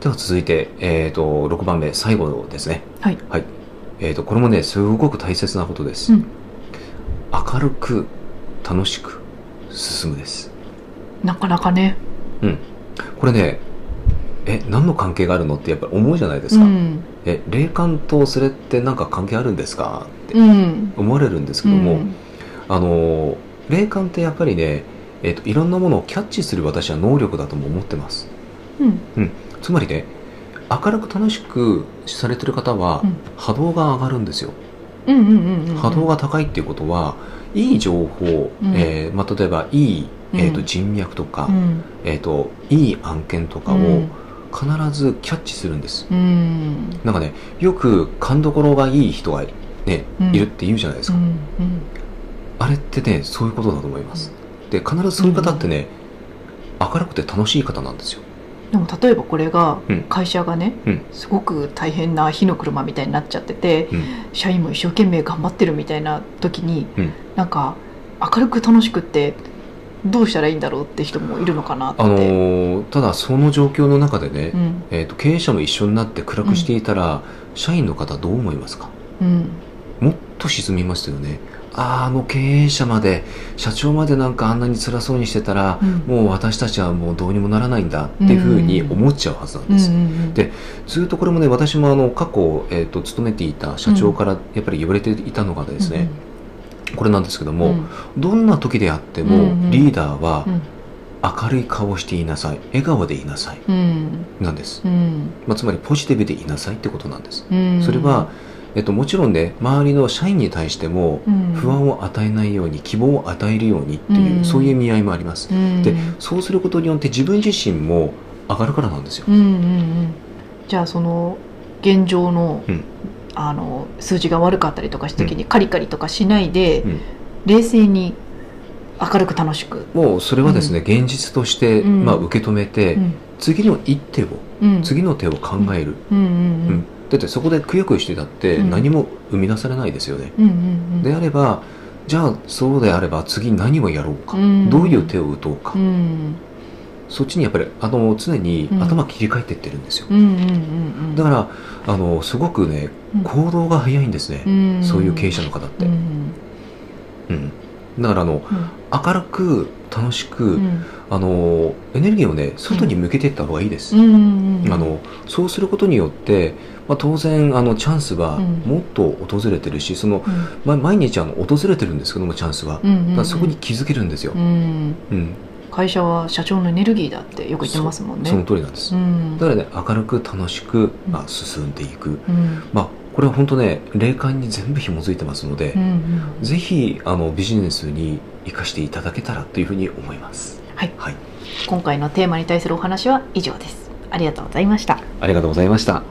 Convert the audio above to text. では続いて、えー、と6番目最後ですねはい、えー、とこれもねすごく大切なことです、うん明るく楽しく進むですなかなかねこれねえ何の関係があるのってやっぱり思うじゃないですか、うんえ霊感とそれって何か関係あるんですかってうん思われるんですけども、あのー霊感ってやっぱりね、えー、といろんなものをキャッチする私は能力だとも思ってますうんつまりね明るく楽しくされてる方はうん波動が上がるんですよ、うんうんうんうん波動が高いっていうことはいい情報、うんえーまあ、例えばいい、えー、とうん人脈とか、うんえー、といい案件とかうをん必ずキャッチするんです、うんなんかねよく勘どころがいい人が、ねうんいるって言うじゃないですうか、んうんあれってねそういうことだと思いますで必ずそういう方ってね、明るくて楽しい方なんですよでも例えばこれがうん会社がね、うんすごく大変な火の車みたいになっちゃってて、うん社員も一生懸命頑張ってるみたいな時に、うんなんか明るく楽しくってどうしたらいいんだろうって人もいるのかなって、あのーただその状況の中でね、うんえー、と経営者も一緒になって暗くしていたら、社員の方どう思いますかうんもっと沈みますよねあーあの経営者まで社長までなんかあんなに辛そうにしてたらう、んもう私たちはもうどうにもならないんだっていうふうに思っちゃうはずなんうでんうす、んでずっとこれもね私もあの過去、えー、と勤めていた社長からやっぱり言われていたのがですね、これなんですけどうんうも、んどんな時であってうんうもんリーダーはうん明るい顔をしていなさい笑顔でいなさいうんなんです、うんまあ、つまりポジティブでいなさいってことなんですうんそれは、えっと、もちろんね周りの社員に対してもうん不安を与えないように希望を与えるようにっていう、うんそういう意味合いもあります、うんでそうすることによって自分自身も上がるからなんですようんうんうん、じゃあその現状の,、うんあの数字が悪かったりとかした時にカリカリとかしないで、うん冷静に明るく楽しく、もうそれはですね、現実として、うんまあ、受け止めて、うん次の一手をうん、次の手を考える、うんううんんだってそこでくよくよしてたってうん何も生み出されないですよね、うんうんうんであればじゃあそうであれば次何をやろうか、うんどういう手を打とうか、うんそっちにやっぱりあの常にうん頭切り替えていってるんですよ、うんうんうんうんだからあのすごくねうん行動が早いんですね、んそういう経営者の方っうて、うんんだからあのうん明るく楽しく、うんあのエネルギーをね外に向けていった方がいいです、うんうんあのそうすることによって、まあ、当然あのチャンスはうんもっと訪れてるしその、うんま、毎日あの訪れてるんですけどもチャンスは、うんうんだからそこに気づけるんですよう、んうん会社は社長のエネルギーだってよく言ってますもんねその通りなんです、うんだからね明るく楽しく、まうあ、進んでいく、うんまあ、これは本当ね霊感に全部紐づいてますのでう、んうんぜひあのビジネスに生かしていただけたらというふうに思いますはいはい、今回のテーマに対するお話は以上ですありがとうございましたありがとうございました